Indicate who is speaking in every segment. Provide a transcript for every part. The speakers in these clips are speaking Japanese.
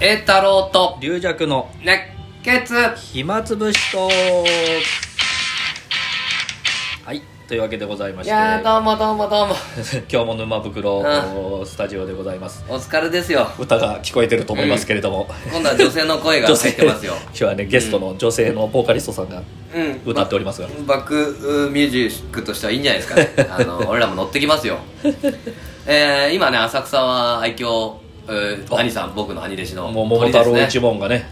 Speaker 1: 栄太郎と
Speaker 2: 龍尺の
Speaker 1: 熱血
Speaker 2: 暇つぶしとはいというわけでございま
Speaker 1: い
Speaker 2: して
Speaker 1: やーどうもどうもどうも
Speaker 2: 今日も沼袋
Speaker 1: う
Speaker 2: のスタジオでございます
Speaker 1: お疲れですよ
Speaker 2: 歌が聞こえてると思いますけれども、
Speaker 1: 今度は女性の声が
Speaker 2: 女
Speaker 1: 入っ
Speaker 2: 性
Speaker 1: てますよ
Speaker 2: 今日はねゲストの女性のボーカリストさんが
Speaker 1: うん
Speaker 2: 歌っておりますが、
Speaker 1: バックミュージックとしてはいいんじゃないですか ねあの俺らも乗ってきますよえー、今ね浅草は愛嬌、えー、兄さん僕の兄弟子の
Speaker 2: もう桃
Speaker 1: 鳥で
Speaker 2: 太
Speaker 1: す
Speaker 2: 郎
Speaker 1: ね
Speaker 2: 一門がね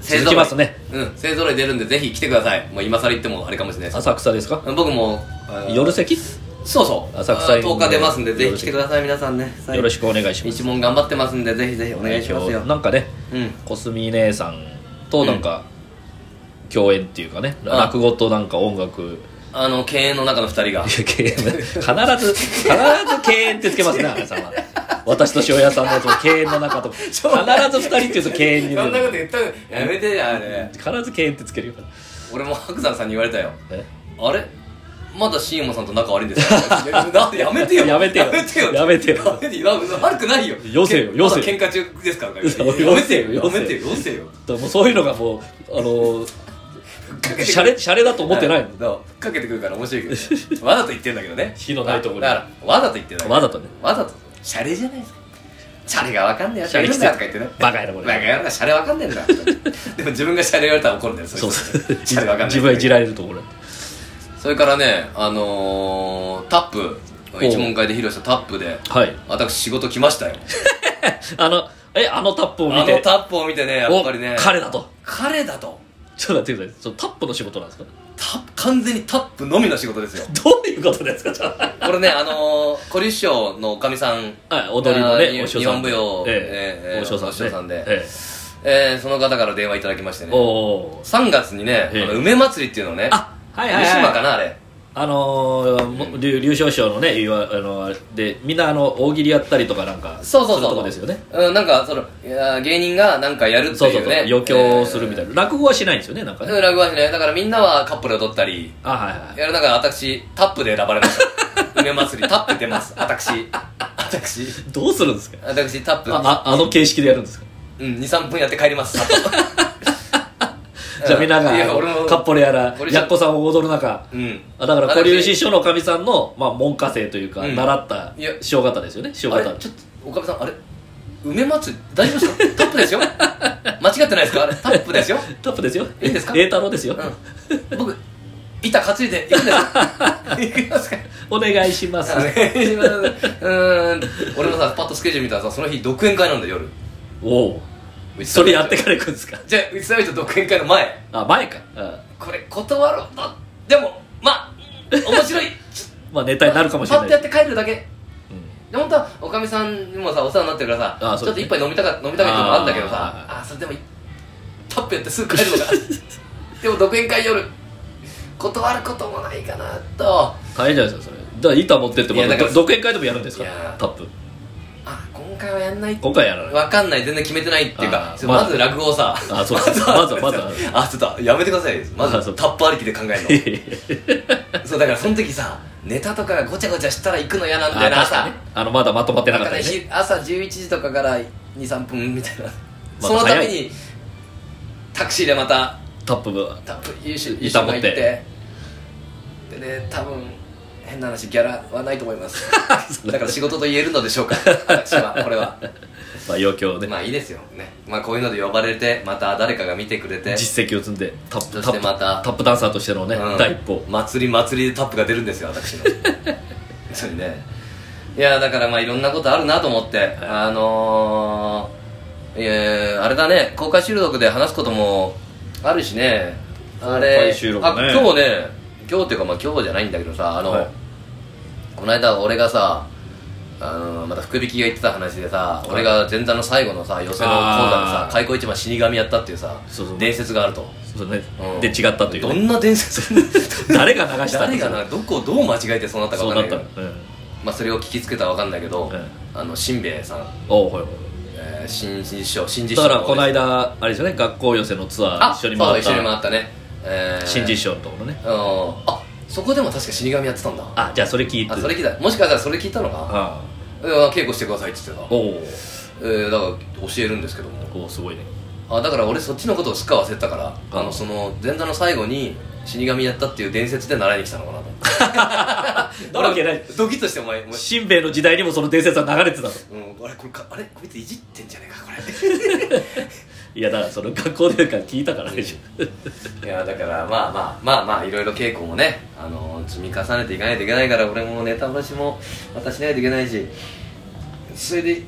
Speaker 1: 勢
Speaker 2: 続
Speaker 1: ぞ
Speaker 2: き
Speaker 1: ろ
Speaker 2: ま
Speaker 1: い
Speaker 2: すね
Speaker 1: うん勢ぞろい出るんでぜひ来てくださいもう今更言ってもあれかもしれないです
Speaker 2: 浅草ですか
Speaker 1: 僕もあの
Speaker 2: 夜席
Speaker 1: そうそう
Speaker 2: 浅草に
Speaker 1: 10日出ますんでぜひ来てください皆さんね
Speaker 2: よろしくお願いします
Speaker 1: 一問頑張ってますんでぜひぜひお願いしますよ
Speaker 2: なんかね
Speaker 1: うん
Speaker 2: 小杉姉さんとなんか、共演っていうかね
Speaker 1: あ
Speaker 2: 落語となんか音楽
Speaker 1: あの犬猿の中の二人が
Speaker 2: いや敬遠必ず必ず敬遠ってつけますね原さんは私と塩屋さんのその敬遠の中と必ず二人って言うと敬遠になる
Speaker 1: 言ったらやめてやあれ
Speaker 2: 必ず敬遠ってつけるよ
Speaker 1: 俺も白山さんに言われたよ
Speaker 2: え
Speaker 1: あれまだシーモさんと仲悪いんですか いやだやめてよ
Speaker 2: やめてよ
Speaker 1: やめてよ
Speaker 2: やめてよ
Speaker 1: やめてよ悪くないよ
Speaker 2: よせよよ
Speaker 1: ま
Speaker 2: せよ
Speaker 1: だ喧嘩中ですから
Speaker 2: 嘘
Speaker 1: やめてよや
Speaker 2: よせ
Speaker 1: め
Speaker 2: よ
Speaker 1: てよよせよ
Speaker 2: だからもうそういうのがもうあのー、シャレシャレだと思ってないの、
Speaker 1: だからふっかけてくるから面白いけどわざと言ってんだけどね
Speaker 2: 火のないところに
Speaker 1: だからわざと言ってない
Speaker 2: わざとね
Speaker 1: わざとシャレじゃないですかシャレがわかんねえやつ
Speaker 2: シャレ
Speaker 1: いるんだとか言ってね
Speaker 2: バカやなこ
Speaker 1: バ
Speaker 2: れ
Speaker 1: カやなシャレわかんねえんだでも自分がシャレ言われたら怒るんだよそ
Speaker 2: そう
Speaker 1: う
Speaker 2: そう
Speaker 1: シャレわかんない
Speaker 2: 自分はいじられるところ
Speaker 1: それからねあのー、タップ
Speaker 2: う
Speaker 1: 一問会で披露したタップで
Speaker 2: はい
Speaker 1: 私仕事来ましたよ
Speaker 2: あのえあのタップを
Speaker 1: あ
Speaker 2: 見
Speaker 1: の
Speaker 2: て
Speaker 1: タップを見てねやっぱりね
Speaker 2: お彼だと
Speaker 1: 彼だと
Speaker 2: ちょっと待ってくださいそのタップの仕事なんですか
Speaker 1: タップ完全にタップのみの仕事ですよ
Speaker 2: どういうことですかじゃあ
Speaker 1: これね、あのー、小立師匠のおかみさん、
Speaker 2: はい踊りの
Speaker 1: あー
Speaker 2: ねお師匠
Speaker 1: 日
Speaker 2: さ
Speaker 1: 本
Speaker 2: ん
Speaker 1: 舞踊、
Speaker 2: ええ
Speaker 1: えー
Speaker 2: お師匠さん,、ね、
Speaker 1: お師匠さんで、
Speaker 2: え
Speaker 1: えーその方から電話いただきまして
Speaker 2: え
Speaker 1: ね、
Speaker 2: おー
Speaker 1: 3月にね、
Speaker 2: ええ
Speaker 1: あの梅祭りっていうのをね、
Speaker 2: あはいはい、はい、
Speaker 1: 三島かな、あれ、
Speaker 2: あのーも竜竜少将のねいわあのあれでみんなあの大喜利やったりとかなんか
Speaker 1: そうそう
Speaker 2: する
Speaker 1: そ
Speaker 2: と
Speaker 1: う、
Speaker 2: こですよね
Speaker 1: うん、なんかそのいやー芸人がなんかやるって
Speaker 2: そう
Speaker 1: い
Speaker 2: そう
Speaker 1: う
Speaker 2: そう
Speaker 1: ね、
Speaker 2: 余興をするみた
Speaker 1: い
Speaker 2: いな、落語はしないんですよねなんかね、
Speaker 1: な、ラグはしね、だからみんなはカップルを取ったり、
Speaker 2: あはいはい
Speaker 1: やる中、私、タップで選ばれま した、梅祭り、タップ出ます、私、私、
Speaker 2: どうするんですか
Speaker 1: 私、タップ、
Speaker 2: あああの形式でやるんですか
Speaker 1: うん、2、3分やって帰ります、 さっと
Speaker 2: じゃあみんなが
Speaker 1: いや俺も
Speaker 2: カッポレやら
Speaker 1: 俺じゃ
Speaker 2: やっこさんを踊る中
Speaker 1: うん。
Speaker 2: あだから
Speaker 1: 私
Speaker 2: 古流師匠のおかみさんの、まあ、門下生というか、
Speaker 1: うん
Speaker 2: 習った
Speaker 1: いや
Speaker 2: 師匠方ですよね師匠
Speaker 1: あれ
Speaker 2: 方
Speaker 1: ちょっとおかみさんあれ梅松大丈夫ですかタップです よ間違ってないですかあれタップですよ、
Speaker 2: トップですよ
Speaker 1: いいんですか
Speaker 2: 栄太郎ですよ、
Speaker 1: うん、僕板担いで行くん ですよ行きますか
Speaker 2: お願いします
Speaker 1: あのうーん俺もさパッとスケジュール見たらさその日独演会なんだよ
Speaker 2: おお
Speaker 1: 夜
Speaker 2: それやってから行くんですか
Speaker 1: じゃあうちの人独演会の前
Speaker 2: あ前か、うん、
Speaker 1: これ断ろうなでもまあ面白い
Speaker 2: まあネタになるかもしれ
Speaker 1: パ
Speaker 2: な
Speaker 1: ッ
Speaker 2: い
Speaker 1: とやって帰るだけ
Speaker 2: うん
Speaker 1: で本当はおかみさんにもさお世話になってるからさ
Speaker 2: あ
Speaker 1: ち
Speaker 2: そう
Speaker 1: ょっと一杯飲みたか飲みたかったのもあるんだけどさ
Speaker 2: あ
Speaker 1: あそれでもタップやってすぐ帰 るのがでも独演会夜断ることもないかなと
Speaker 2: 大変じゃないですかそれだから板持ってっても
Speaker 1: いやだから
Speaker 2: ど独演会でもやるんですか
Speaker 1: いや
Speaker 2: タップ
Speaker 1: あ今回はやんないって
Speaker 2: 今回やらない
Speaker 1: わかんない全然決めてないっていうか
Speaker 2: あー
Speaker 1: ちょっとまず落語をさ
Speaker 2: あそうそうまずは まずは
Speaker 1: あちょっとやめてくださいよまず
Speaker 2: あそう
Speaker 1: タップありきで考えるのそうだからその時さネタとかがごちゃごちゃしたら行くの嫌なんだよな
Speaker 2: 確か
Speaker 1: 朝
Speaker 2: にねあのまだまとまってな
Speaker 1: だ
Speaker 2: かっ
Speaker 1: か
Speaker 2: た
Speaker 1: ら
Speaker 2: りね
Speaker 1: ひ朝11時とかから23分みたいな、
Speaker 2: あ
Speaker 1: そのためにタクシーでまた
Speaker 2: タップが
Speaker 1: た優秀優秀
Speaker 2: 板
Speaker 1: が
Speaker 2: 持
Speaker 1: 行
Speaker 2: っ
Speaker 1: っててでね多分変な話ギャラはないと思います だから仕事と言えるのでしょうか私はこれは
Speaker 2: まあ余興で、
Speaker 1: まあいいですよねまあこういうので呼ばれてまた誰かが見てくれて
Speaker 2: 実績を積んでタッ
Speaker 1: そ
Speaker 2: プタ
Speaker 1: し
Speaker 2: ッ
Speaker 1: て
Speaker 2: プ
Speaker 1: また
Speaker 2: タップダンサーとしてのね、
Speaker 1: うん
Speaker 2: 第一歩
Speaker 1: 祭り祭りでタップが出るんですよ 私のそれねいやだからまあいろんなことあるなと思って、あのー、えー、あれだね公開収録で話すこともあるしねあれ
Speaker 2: 公開収録ね
Speaker 1: あ今日ね今日っていうかまあ今日じゃないんだけどさあの、
Speaker 2: はい
Speaker 1: この間俺がさあのまた福引きが言ってた話でさ、俺が前座の最後のさ寄せの講座でさ
Speaker 2: あー
Speaker 1: 開口一番死神やったっていうさ
Speaker 2: そうそう
Speaker 1: 伝説があると、
Speaker 2: そうね、
Speaker 1: うん
Speaker 2: で違ったという、
Speaker 1: ど
Speaker 2: ね、
Speaker 1: んな伝説
Speaker 2: 誰が流したん
Speaker 1: 誰
Speaker 2: です
Speaker 1: が
Speaker 2: か
Speaker 1: などこをどう間違えてそうなったか
Speaker 2: そ
Speaker 1: 分
Speaker 2: う
Speaker 1: か
Speaker 2: だ
Speaker 1: んな
Speaker 2: っ
Speaker 1: い
Speaker 2: た
Speaker 1: けど
Speaker 2: の、うん、
Speaker 1: まあ、それを聞きつけたら分かんないけど、
Speaker 2: え
Speaker 1: あのしんべヱさん、
Speaker 2: おおはいはい
Speaker 1: えー、新新師匠新師
Speaker 2: だ
Speaker 1: 匠
Speaker 2: からこの間あれですよね学校寄せのツアー
Speaker 1: あ
Speaker 2: 一緒に
Speaker 1: そう
Speaker 2: 回っ
Speaker 1: 一緒に回
Speaker 2: た
Speaker 1: ったね、えー、
Speaker 2: 新人
Speaker 1: 師匠
Speaker 2: 賞のところね
Speaker 1: あそこでも確か死神やってたんだあ
Speaker 2: あじゃあそれ聞いて
Speaker 1: それ聞いたもしかしたらそれ聞いたのか
Speaker 2: あ
Speaker 1: うん稽古してくださいって言って
Speaker 2: お
Speaker 1: た
Speaker 2: お
Speaker 1: えーだから教えるんですけども
Speaker 2: おおすごいね
Speaker 1: あだから俺そっちのことをすっか忘れてたから
Speaker 2: うん
Speaker 1: あのその前座の最後に死神やったっていう伝説で習いに来たの かなと思って
Speaker 2: なわけない
Speaker 1: 俺ドキッとしてお前お前
Speaker 2: 新兵衛の時代にもその伝 説は流れてたと
Speaker 1: うん、あれこれかあれこいついじってんじゃねえかこ
Speaker 2: いやだからその学校でなんか聞いたからでしょ
Speaker 1: れ いやだからまあまあまあまあいろいろ稽古もね、あの積み重ねていかないといけないから俺もネタバラしもまたしないといけないしそれで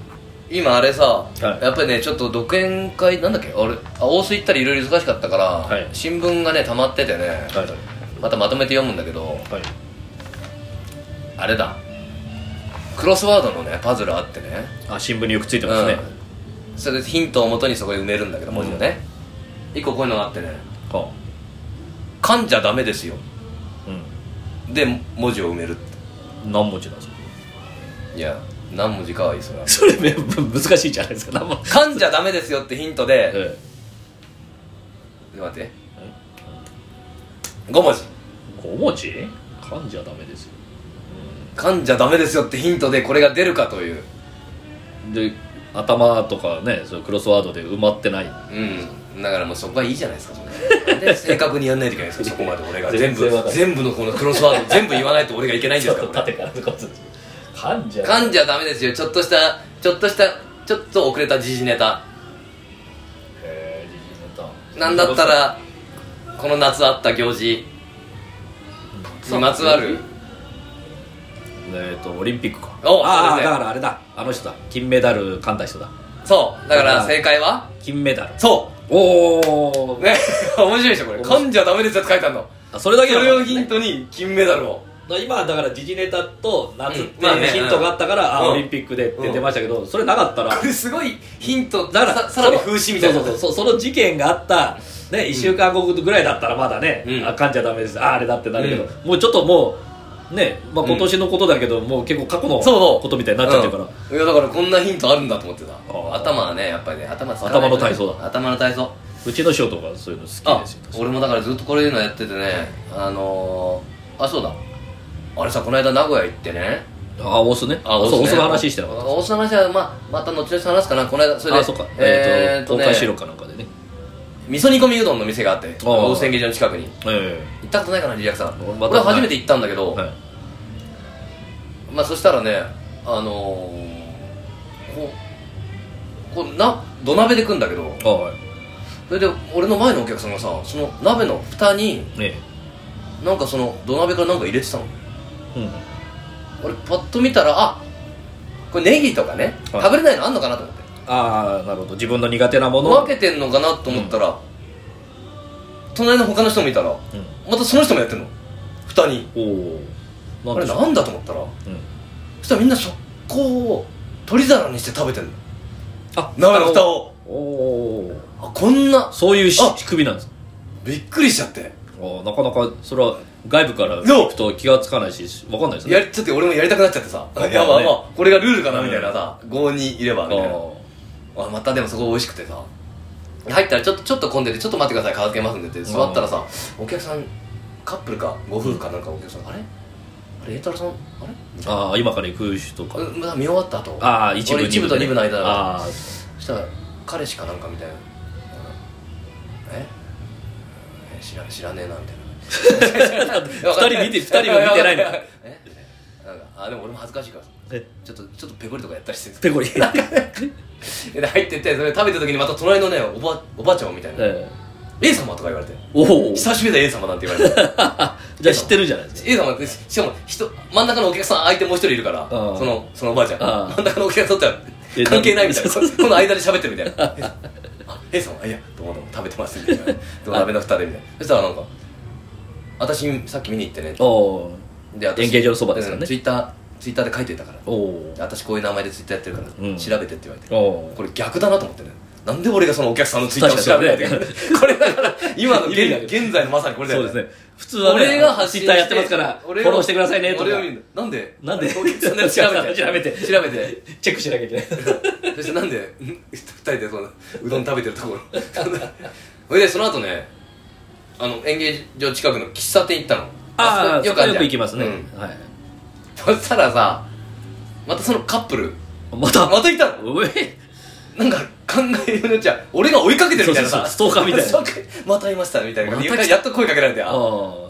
Speaker 1: 今あれさ、
Speaker 2: い
Speaker 1: やっぱりねちょっと独演会なんだっけあれあ大須行ったりいろいろ忙しかったから、
Speaker 2: い
Speaker 1: 新聞がね溜まっててね、
Speaker 2: はい
Speaker 1: またまとめて読むんだけど
Speaker 2: はい
Speaker 1: あれだクロスワードのねパズルあってね
Speaker 2: あ新聞によくついてますね、
Speaker 1: うん、それでヒントをもとにそこに埋めるんだけど文字をね、一個こういうのがあってね
Speaker 2: は
Speaker 1: 噛んじゃダメですよ
Speaker 2: あう
Speaker 1: で文字を埋める
Speaker 2: ん何文字なんですか
Speaker 1: いや何文字かはいいそれは
Speaker 2: それめ難しいじゃないですか何文字
Speaker 1: 噛んじゃダメですよってヒントで、
Speaker 2: え
Speaker 1: 待って5文字
Speaker 2: え5文字噛んじゃダメですよ
Speaker 1: 噛んじゃダメですよってヒントでこれが出るかという
Speaker 2: で頭とかねそのクロスワードで埋まってない
Speaker 1: うんだからもうそこはいいじゃないですかそれ で正確にやんないといけないんですよそこまで俺が全
Speaker 2: 全然
Speaker 1: 部
Speaker 2: わかんない
Speaker 1: 全部のこのクロスワード全部言わないと俺がいけないん ですから俺
Speaker 2: からとかつ噛んじ
Speaker 1: 噛んじゃダメですよちょっとしたちょっとしたちょっと遅れた時事ネタ
Speaker 2: へえ自信
Speaker 1: なんだったらこの夏あった行事にまつわる
Speaker 2: えっとオリンピックか
Speaker 1: おそ
Speaker 2: あ
Speaker 1: う
Speaker 2: あ
Speaker 1: ですね
Speaker 2: だからあれだあの人だ金メダル噛んだ人だ
Speaker 1: そうだから正解は
Speaker 2: 金メダル
Speaker 1: そ
Speaker 2: お
Speaker 1: う
Speaker 2: お、
Speaker 1: ね 面白いでしょこれ噛んじゃダメですよって書いてあるの
Speaker 2: あそれだ
Speaker 1: そ
Speaker 2: けなの
Speaker 1: れをヒントに金メダルを
Speaker 2: だから今だから時事ネタと夏って
Speaker 1: うんまあね
Speaker 2: ヒントがあったから、あ
Speaker 1: うん
Speaker 2: オリンピックでって
Speaker 1: うん
Speaker 2: 出ましたけど、それなかった ら
Speaker 1: これすごいヒント
Speaker 2: だから
Speaker 1: ささらに風刺みたいな
Speaker 2: そうそうそうそその事件があった、ね、1週間後ぐらいだったらまだね、
Speaker 1: うん
Speaker 2: あかんじゃダメですああれだってなるけど、
Speaker 1: う
Speaker 2: もうちょっともうね、まあ、今年のことだけど、もう結構過去の
Speaker 1: そうそう
Speaker 2: ことみたいになっちゃってるから、
Speaker 1: うんいやだからこんなヒントあるんだと思ってた
Speaker 2: ー
Speaker 1: 頭はねやっぱりね頭使わ
Speaker 2: 頭の体操だ
Speaker 1: 頭の体操
Speaker 2: うちの師匠とかそういうの好き
Speaker 1: あ
Speaker 2: ですよ
Speaker 1: 俺もだからずっとこれいうのやっててねあのー、あそうだあれさこの間名古屋行ってね
Speaker 2: あオスねあそうオスの話してなかった
Speaker 1: たオスの話は、まあ、また後々話すかなこの間それで
Speaker 2: あそうか
Speaker 1: え
Speaker 2: え
Speaker 1: ー
Speaker 2: っ
Speaker 1: っ
Speaker 2: と
Speaker 1: と
Speaker 2: 公
Speaker 1: ね
Speaker 2: 開収録かなんかでね
Speaker 1: 味噌煮込みうどんの店があって
Speaker 2: ー
Speaker 1: 大泉劇場の近くに
Speaker 2: え
Speaker 1: 行ったことないかなリリアクさん
Speaker 2: 俺まだ
Speaker 1: 俺は初めて行ったんだけ
Speaker 2: え
Speaker 1: ど、
Speaker 2: はい
Speaker 1: まあそしたらねあのー、こうこうな土鍋で食うんだけど
Speaker 2: あはい
Speaker 1: それで俺の前のお客さんがさその鍋の蓋に
Speaker 2: ね
Speaker 1: なんかその土鍋からなんか入れてたの
Speaker 2: えうん
Speaker 1: 俺パッと見たらあこれネギとかね
Speaker 2: はい
Speaker 1: 食べれないのあんのかなと思って
Speaker 2: ああなるほど自分の苦手なものを
Speaker 1: 分けてんのかなと思ったら、隣の他の人もいたら
Speaker 2: うん
Speaker 1: またその人もやってんの蓋に
Speaker 2: おお
Speaker 1: あれなんだと思ったら
Speaker 2: うん
Speaker 1: そしたらみんなそこを取り皿にして食べてんの
Speaker 2: あ
Speaker 1: 鍋の蓋を
Speaker 2: おお
Speaker 1: あこんな
Speaker 2: そういうし
Speaker 1: あ
Speaker 2: 仕組みなんです
Speaker 1: びっくりしちゃって
Speaker 2: あなかなかそれは外部から
Speaker 1: そう
Speaker 2: 聞くと気がつかないしわかんないです
Speaker 1: や
Speaker 2: ね
Speaker 1: りちょっと俺もやりたくなっちゃってさ
Speaker 2: あ
Speaker 1: やばい
Speaker 2: ね
Speaker 1: やばいこれがルールかなみたいなさ5人いれば
Speaker 2: あ
Speaker 1: みたいなあまたでもそこ美味しくてさ入ったらちょっとちょっと混んでてちょっと待ってください片付けますんでって座ったらさお客さんカップルかご夫婦かなんかお客さん、あれあれ栄太郎さんあれ
Speaker 2: ああ今から行く人か
Speaker 1: うまあ見終わった後
Speaker 2: ああ一部
Speaker 1: 俺一部と二部の間だ
Speaker 2: ああ
Speaker 1: そしたら彼氏かなんかみたいなええ知ら知らねえなみたいな
Speaker 2: 二人見て二人も見てないの
Speaker 1: えなんかあでも俺も恥ずかしいから
Speaker 2: え
Speaker 1: ちょっとちょっとペコリとかやったりして
Speaker 2: ペコリ
Speaker 1: で入ってってそれ食べた時にまた隣のねおばおばあちゃんみたいな
Speaker 2: ええ
Speaker 1: A 様とか言われて
Speaker 2: おおじ
Speaker 1: 久しぶりだ A 様なんて言われて
Speaker 2: ゃあ知ってるじゃないですか
Speaker 1: A 様ってししかも人真ん中のお客さん相手もう一人いるから
Speaker 2: うん
Speaker 1: そのそのおばあちゃん
Speaker 2: うん
Speaker 1: 真ん中のお客さんとは
Speaker 2: え
Speaker 1: 関係ないみたいな
Speaker 2: そ
Speaker 1: こ
Speaker 2: うそう
Speaker 1: の間で喋ってるみたいなあ A 様いやどうもどうも食べてますみ たいな土鍋の蓋でみたいなそしたらなんか私さっき見に行ってね
Speaker 2: おお
Speaker 1: で私
Speaker 2: 演芸場のそばですからね
Speaker 1: うんツイッターツイッターで書いてたから
Speaker 2: おお
Speaker 1: 私こういう名前でツイッターやってるから
Speaker 2: うん
Speaker 1: 調べてって言われて
Speaker 2: おお
Speaker 1: これ逆だなと思ってねなんで俺がそのお客さんのツイッターを調べないといけない これだから今の
Speaker 2: 意味ない
Speaker 1: 現現在のまさにこれだ
Speaker 2: そ
Speaker 1: よ
Speaker 2: う
Speaker 1: ね
Speaker 2: ですね普通はね
Speaker 1: 俺が発信
Speaker 2: ツイッターやってますからフ
Speaker 1: 俺
Speaker 2: ォ
Speaker 1: を
Speaker 2: ローしてくださいねとか
Speaker 1: 俺を見るのなんで
Speaker 2: なんで
Speaker 1: お客さんの調べて
Speaker 2: 調べて
Speaker 1: 調べて
Speaker 2: チェックしなきゃいけない
Speaker 1: そしてなんでん二人でそのうどん食べてるところ それでその後ねあの演芸場近くの喫茶店行ったの
Speaker 2: ああ
Speaker 1: そこ
Speaker 2: よ
Speaker 1: あるじゃん
Speaker 2: く行きますね
Speaker 1: うん
Speaker 2: はい
Speaker 1: そしたらさまたそのカップル
Speaker 2: また
Speaker 1: またいたの
Speaker 2: うえ
Speaker 1: なんか考えるのじゃ俺が追いかけてるみたいな
Speaker 2: そう
Speaker 1: さ
Speaker 2: そうそうストーカーみたいな
Speaker 1: ストーカーまたいましたみたいな
Speaker 2: また来
Speaker 1: 一
Speaker 2: た
Speaker 1: 回やっと声かけられてあ
Speaker 2: あ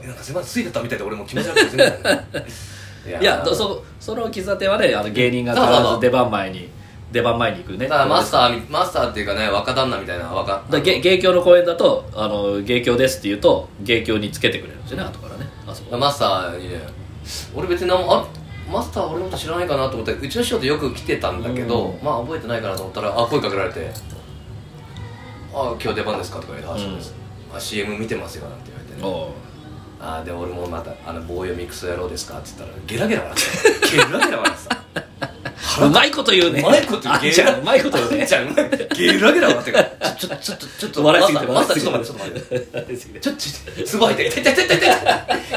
Speaker 1: えなんか狭いついてたみたいで俺も気持ち悪く てすみません
Speaker 2: いやそその喫茶店はねあの芸人が
Speaker 1: そうそう
Speaker 2: 必
Speaker 1: そう
Speaker 2: ず出番前に出番前に行くね
Speaker 1: だからマスタ
Speaker 2: ー
Speaker 1: ーみマスターっていうかね若旦那みたいな若
Speaker 2: だ芸芸協の公演だと「あの芸協です」って言うと芸協につけてくれるんですよね後からねあそこ
Speaker 1: マスターにね俺別に何もあマスター俺のこと知らないかなと思ってうちの師匠とよく来てたんだけど、まあ覚えてないかなと思ったらあ声かけられて「あ今日出番ですか?」とか言われて「あそうです」あ CM 見てますよ」なんて言われてね
Speaker 2: おう
Speaker 1: あで俺もまた「あの棒読みクソ野郎ですか?」って言ったらゲラゲラ笑って たゲラゲラ笑ってた
Speaker 2: うまいこと言うね
Speaker 1: うまいこと言う
Speaker 2: あんちゃんうまいこと言う
Speaker 1: あん
Speaker 2: ね
Speaker 1: ちゃんうまいゲラゲラ笑ってたからちょちょちょっとちょっと
Speaker 2: 笑いすぎて
Speaker 1: マ
Speaker 2: 笑
Speaker 1: スタ
Speaker 2: い
Speaker 1: ー
Speaker 2: す
Speaker 1: ち
Speaker 2: ぎ
Speaker 1: ょ
Speaker 2: て
Speaker 1: っと待ってちょっと待って
Speaker 2: 笑いすぎて
Speaker 1: ちょっとちょっとすごい入って痛い痛い痛い痛い痛い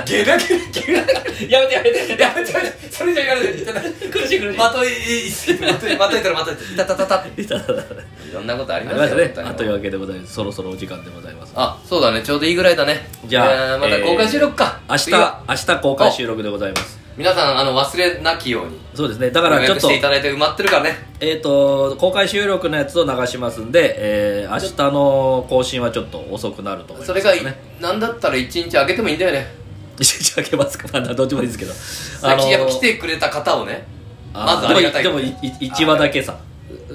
Speaker 1: ゲラゲラゲラゲラ
Speaker 2: やめてやめて
Speaker 1: やめてやめてそれじゃ言われて
Speaker 2: 苦しい苦しい
Speaker 1: まといまといまといたらまといたたたたいろんなことあり
Speaker 2: あ
Speaker 1: ま
Speaker 2: りまし
Speaker 1: す
Speaker 2: た
Speaker 1: よ
Speaker 2: ね
Speaker 1: 本
Speaker 2: あ
Speaker 1: 当
Speaker 2: と
Speaker 1: に
Speaker 2: いうわけでございますそろそろお時間でございます
Speaker 1: あそうだねちょうどいいぐらいだね
Speaker 2: じゃ
Speaker 1: えー
Speaker 2: あ
Speaker 1: また公開収録か
Speaker 2: えー明
Speaker 1: 次は
Speaker 2: 日明日公開収録でございます
Speaker 1: 皆さんあの忘れなきように
Speaker 2: そうですねだ
Speaker 1: だ
Speaker 2: からちょっ
Speaker 1: し
Speaker 2: と
Speaker 1: ていただいて埋まってるからね
Speaker 2: えー、と公開収録のやつを流しますんで、えー明日の更新はちょっと遅くなると思います、
Speaker 1: それが
Speaker 2: ね
Speaker 1: なんだったら1日空けてもいいんだよね
Speaker 2: 一日あけますか、まあ、どっちもいいです けど
Speaker 1: 最近やっぱ来てくれた方をねま
Speaker 2: あ
Speaker 1: ず
Speaker 2: の
Speaker 1: ありがたい
Speaker 2: でもでもいい一話だけさ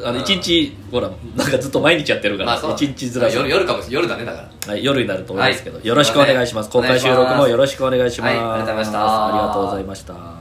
Speaker 2: あの一日ほらなんかずっと毎日やってるか
Speaker 1: ま
Speaker 2: ら
Speaker 1: あ
Speaker 2: 一、
Speaker 1: そう
Speaker 2: 日ずらして
Speaker 1: 夜夜かもしれない夜だねだから
Speaker 2: はい、夜になると思いますけど、
Speaker 1: はい
Speaker 2: よろしくお願いします
Speaker 1: お
Speaker 2: 公
Speaker 1: 願い
Speaker 2: 開
Speaker 1: し
Speaker 2: 収
Speaker 1: ます
Speaker 2: 録もよろしくお願いします、
Speaker 1: はいありがとうございました
Speaker 2: ありがとうございました